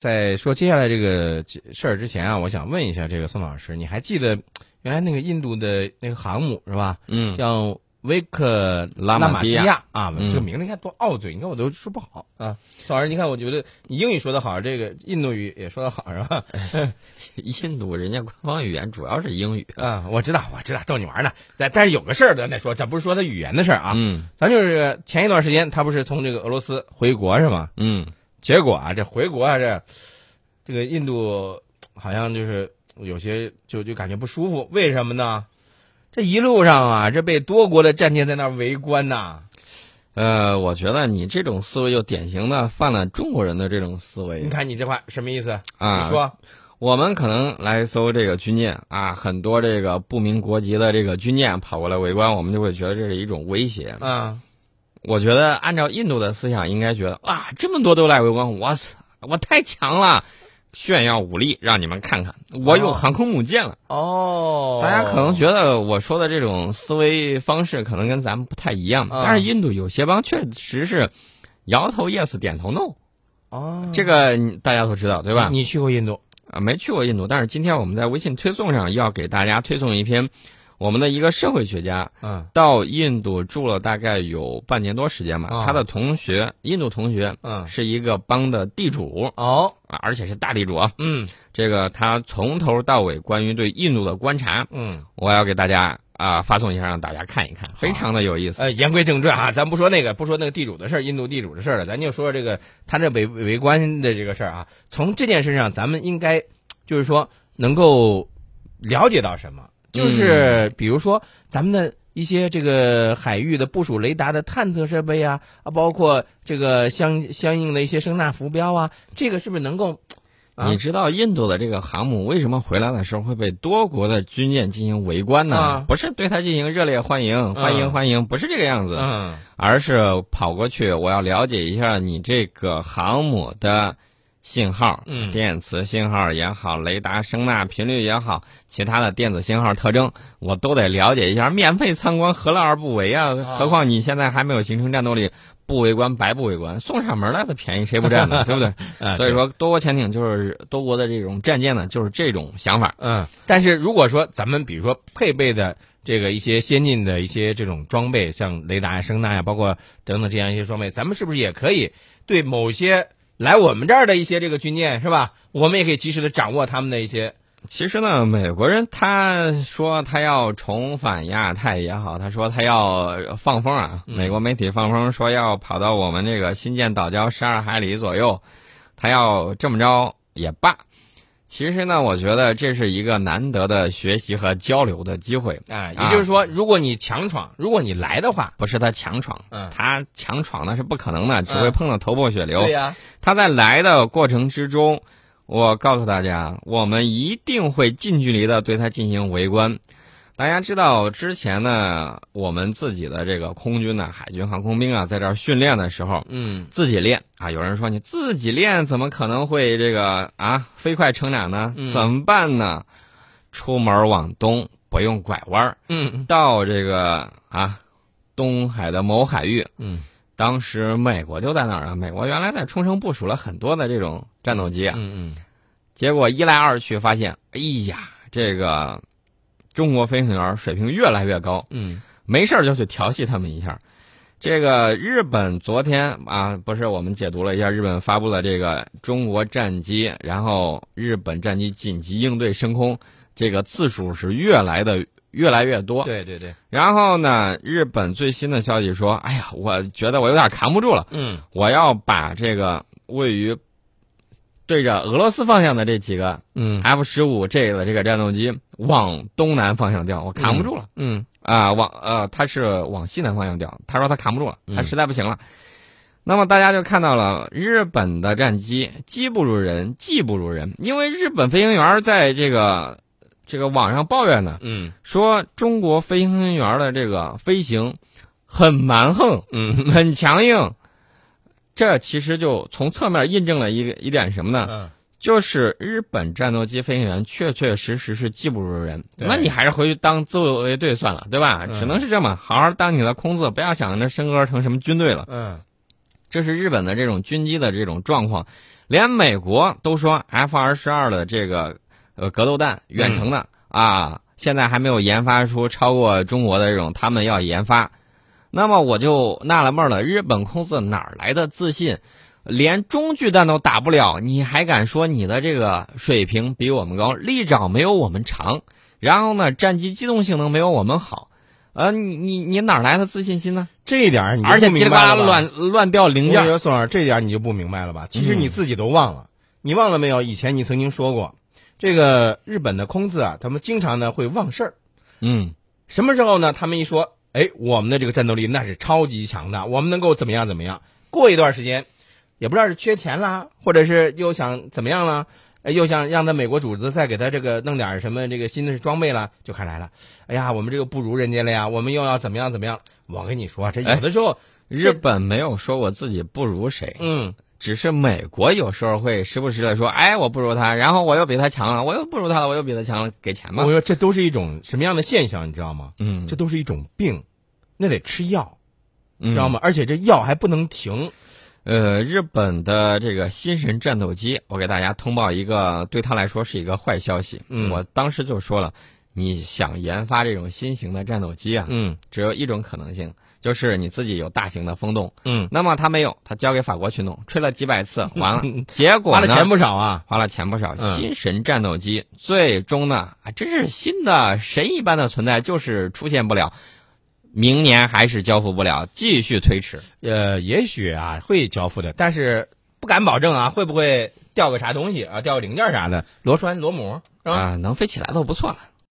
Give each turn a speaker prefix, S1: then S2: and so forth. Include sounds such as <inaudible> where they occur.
S1: 在说接下来这个事儿之前啊，我想问一下这个宋老师，你还记得原来那个印度的那个航母是吧？
S2: 嗯，
S1: 叫维克
S2: 拉
S1: 马
S2: 玛
S1: 蒂
S2: 蒂亚
S1: 啊，
S2: 嗯
S1: 这个名字你看多拗嘴，你看我都说不好啊。宋老师，你看我觉得你英语说得好，这个印度语也说得好是吧？
S2: 印度人家官方语言主要是英语。
S1: 啊，我知道，我知道，逗你玩呢。咱但是有个事儿咱得说，咱不是说他语言的事儿啊，
S2: 嗯
S1: 咱就是前一段时间他不是从这个俄罗斯回国是吗？
S2: 嗯，
S1: 结果啊，这回国啊，这这个印度好像就是有些就就感觉不舒服，为什么呢？这一路上啊，这被多国的战舰在那儿围观呐、
S2: 呃，我觉得你这种思维就典型的犯了中国人的这种思
S1: 你
S2: 维
S1: 看你这话什么意思？
S2: 哎啊。
S1: 你说
S2: 我们可能来搜这个军舰啊，很多这个不明国籍的这个军舰跑过来围观，我们就会觉得这是一种威胁。
S1: 啊，
S2: 我觉得按照印度的思想，应该觉得哇，这么多都来围观，我操，我太强了，炫耀武力，让你们看看，我有航空母舰了。
S1: 哦，
S2: 大家可能觉得我说的这种思维方式可能跟咱们不太一样，
S1: 嗯
S2: 但是印度有些帮确实是摇头 yes 点头 no，
S1: 哦，
S2: 这个你大家都知道对吧？
S1: 你去过印度？
S2: 啊，没去过印度，但是今天我们在微信推送上要给大家推送一篇我们的一个社会学家
S1: 嗯
S2: 到印度住了大概有半年多时间吧，
S1: 啊
S2: 他的同学印度同学
S1: 嗯，
S2: 是一个帮的地主
S1: 哦，
S2: 啊，而且是大地主啊。
S1: 嗯
S2: 这个他从头到尾关于对印度的观察，
S1: 嗯，
S2: 我要给大家啊、发送一下，让大家看一看，非常的有意思。
S1: 呃，言归正传啊，咱不说那个，不说那个地主的事儿，印度地主的事儿了，咱就说这个他这围围观的这个事儿啊。从这件事上，咱们应该就是说能够了解到什么，
S2: 嗯
S1: 就是比如说咱们的一些这个海域的部署雷达的探测设备啊，啊，包括这个相相应的一些声呐浮标啊，这个是不是能够啊
S2: 你知道印度的这个航母为什么回来的时候会被多国的军舰进行围观呢？
S1: 啊
S2: 不是对它进行热烈欢迎，欢迎
S1: 嗯
S2: 欢迎，不是这个样子。
S1: 嗯
S2: 而是跑过去，我要了解一下你这个航母的信号，
S1: 嗯
S2: 电磁信号也好，雷达声呐频率也好，其他的电子信号特征，我都得了解一下。免费参观，何乐而不为啊？
S1: 啊
S2: 何况你现在还没有形成战斗力，不围观白不围观，送上门来的便宜谁不占呢？
S1: <laughs>
S2: 对不对？
S1: 啊
S2: 所以说，多国潜艇就是多国的这种战舰呢，就是这种想法。
S1: 嗯，但是如果说咱们比如说配备的这个一些先进的一些这种装备，像雷达呀、声呐呀，包括等等这样一些装备，咱们是不是也可以对某些来我们这儿的一些这个军舰是吧？我们也可以及时的掌握他们的一些
S2: 其实呢，美国人他说他要重返亚太也好，他说他要放风啊，
S1: 嗯
S2: 美国媒体放风说要跑到我们这个新建岛礁十二海里左右，他要这么着也罢。其实呢，我觉得这是一个难得的学习和交流的机会，
S1: 啊，也就是说，如果你强闯，如果你来的话，
S2: 不是他强闯，
S1: 嗯，
S2: 他强闯那是不可能的，只
S1: 嗯
S2: 会碰到头破血流。
S1: 对呀、
S2: 他在来的过程之中，我告诉大家，我们一定会近距离的对他进行围观。大家知道，之前呢，我们自己的这个空军呢、海军航空兵啊，在这儿训练的时候，
S1: 嗯
S2: 自己练啊。有人说你自己练怎么可能会这个啊飞快成长呢
S1: 嗯？
S2: 怎么办呢？出门往东，不用拐弯儿，
S1: 嗯
S2: 到这个啊东海的某海域，
S1: 嗯
S2: 当时美国就在那儿啊，美国原来在冲绳部署了很多的这种战斗机啊，
S1: 嗯
S2: 结果一来二去发现，哎呀，这个中国飞行员水平越来越高，
S1: 嗯
S2: 没事儿就去调戏他们一下。这个日本昨天啊，不是我们解读了一下，日本发布了这个中国战机，然后日本战机紧急应对升空，这个次数是越来的越来越多
S1: 嗯，。对对对，
S2: 然后呢，日本最新的消息说，哎呀，我觉得我有点扛不住了。
S1: 嗯
S2: 我要把这个位于对着俄罗斯方向的这几个
S1: 嗯
S2: F 十五 J 的这个战斗机往东南方向调，我扛不住了
S1: 嗯
S2: 啊、往呃，他是往西南方向调，他说他扛不住了，
S1: 嗯
S2: 他实在不行了。那么大家就看到了日本的战机技不如人，技不如人，因为日本飞行员在这个这个网上抱怨呢，
S1: 嗯
S2: 说中国飞行员的这个飞行很蛮横，
S1: 嗯
S2: <laughs> 很强硬。这其实就从侧面印证了一个一点什么呢？
S1: 嗯，
S2: 就是日本战斗机飞行员确确实实是技不如人。
S1: 对
S2: 那你还是回去当自卫队算了，对吧？
S1: 嗯
S2: 只能是这么，好好当你的空子，不要想着升格成什么军队了。
S1: 嗯
S2: 这是日本的这种军机的这种状况。连美国都说 F 二十二的这个呃格斗弹远程的、
S1: 嗯
S2: 啊，现在还没有研发出超过中国的这种，他们要研发。那么我就纳了闷了，日本空自哪儿来的自信？连中距弹都打不了，你还敢说你的这个水平比我们高？力掌没有我们长，然后呢，战机机动性能没有我们好，呃，你你你哪儿来的自信心呢？
S1: 这一点儿你就
S2: 而且
S1: 不
S2: 叽里
S1: 明
S2: 呱
S1: 白
S2: 啦
S1: 了吧
S2: 乱乱掉零
S1: 我
S2: 件
S1: 觉
S2: 儿，
S1: 得宋老师，这点儿你就不明白了吧？其实你自己都忘了，你忘了没有？以前你曾经说过，这个日本的空字啊，他们经常呢会忘事儿。
S2: 嗯。
S1: 什么时候呢？他们一说，哎，我们的这个战斗力那是超级强的，我们能够怎么样怎么样？过一段时间，也不知道是缺钱啦，或者是又想怎么样啦，呃又想让他美国主子再给他这个弄点什么这个新的装备啦，就看来了，哎呀，我们这个不如人家了呀，我们又要怎么样怎么样？我跟你说啊，这有的时候，
S2: 日本没有说过自己不如谁，
S1: 嗯，
S2: 只是美国有时候会时不时的说，哎，我不如他，然后我又比他强了，我又不如他了，我又比他强了，给钱吧
S1: 我。说这都是一种什么样的现象，你知道吗？
S2: 嗯，
S1: 这都是一种病，那得吃药，
S2: 知
S1: 知道？吗？而且这药还不能停。
S2: 嗯呃，日本的这个新神战斗机，我给大家通报一个，对他来说是一个坏消息。
S1: 嗯
S2: 我当时就说了，你想研发这种新型的战斗机啊，
S1: 嗯
S2: 只有一种可能性，就是你自己有大型的风洞。
S1: 嗯，
S2: 那么他没有，他交给法国去弄，吹了几百次，完
S1: <laughs>
S2: 了，结果
S1: 花了
S2: 呢
S1: 钱不少啊。
S2: 花了钱不少，
S1: 嗯
S2: 新神战斗机、最终呢，啊，真是新的神一般的存在，就是出现不了，明年还是交付不了，继续推迟。
S1: 呃，也许啊会交付的，但是不敢保证啊，会不会掉个啥东西啊，掉个零件啥的，螺栓、螺母是吧？
S2: 啊，能飞起来都不错了。